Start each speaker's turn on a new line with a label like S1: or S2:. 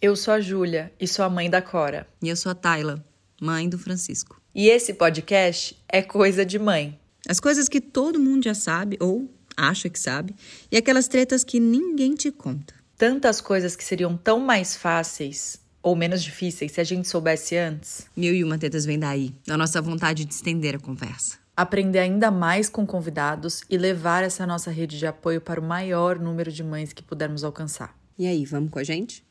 S1: Eu sou a Júlia e sou a mãe da Cora.
S2: E eu sou a Tayla, mãe do Francisco.
S1: E esse podcast é Coisa de Mãe.
S2: As coisas que todo mundo já sabe ou acha que sabe e aquelas tretas que ninguém te conta.
S1: Tantas coisas que seriam tão mais fáceis ou menos difíceis se a gente soubesse antes.
S2: Mil e uma tretas vem daí, da nossa vontade de estender a conversa.
S1: Aprender ainda mais com convidados e levar essa nossa rede de apoio para o maior número de mães que pudermos alcançar.
S2: E aí, vamos com a gente?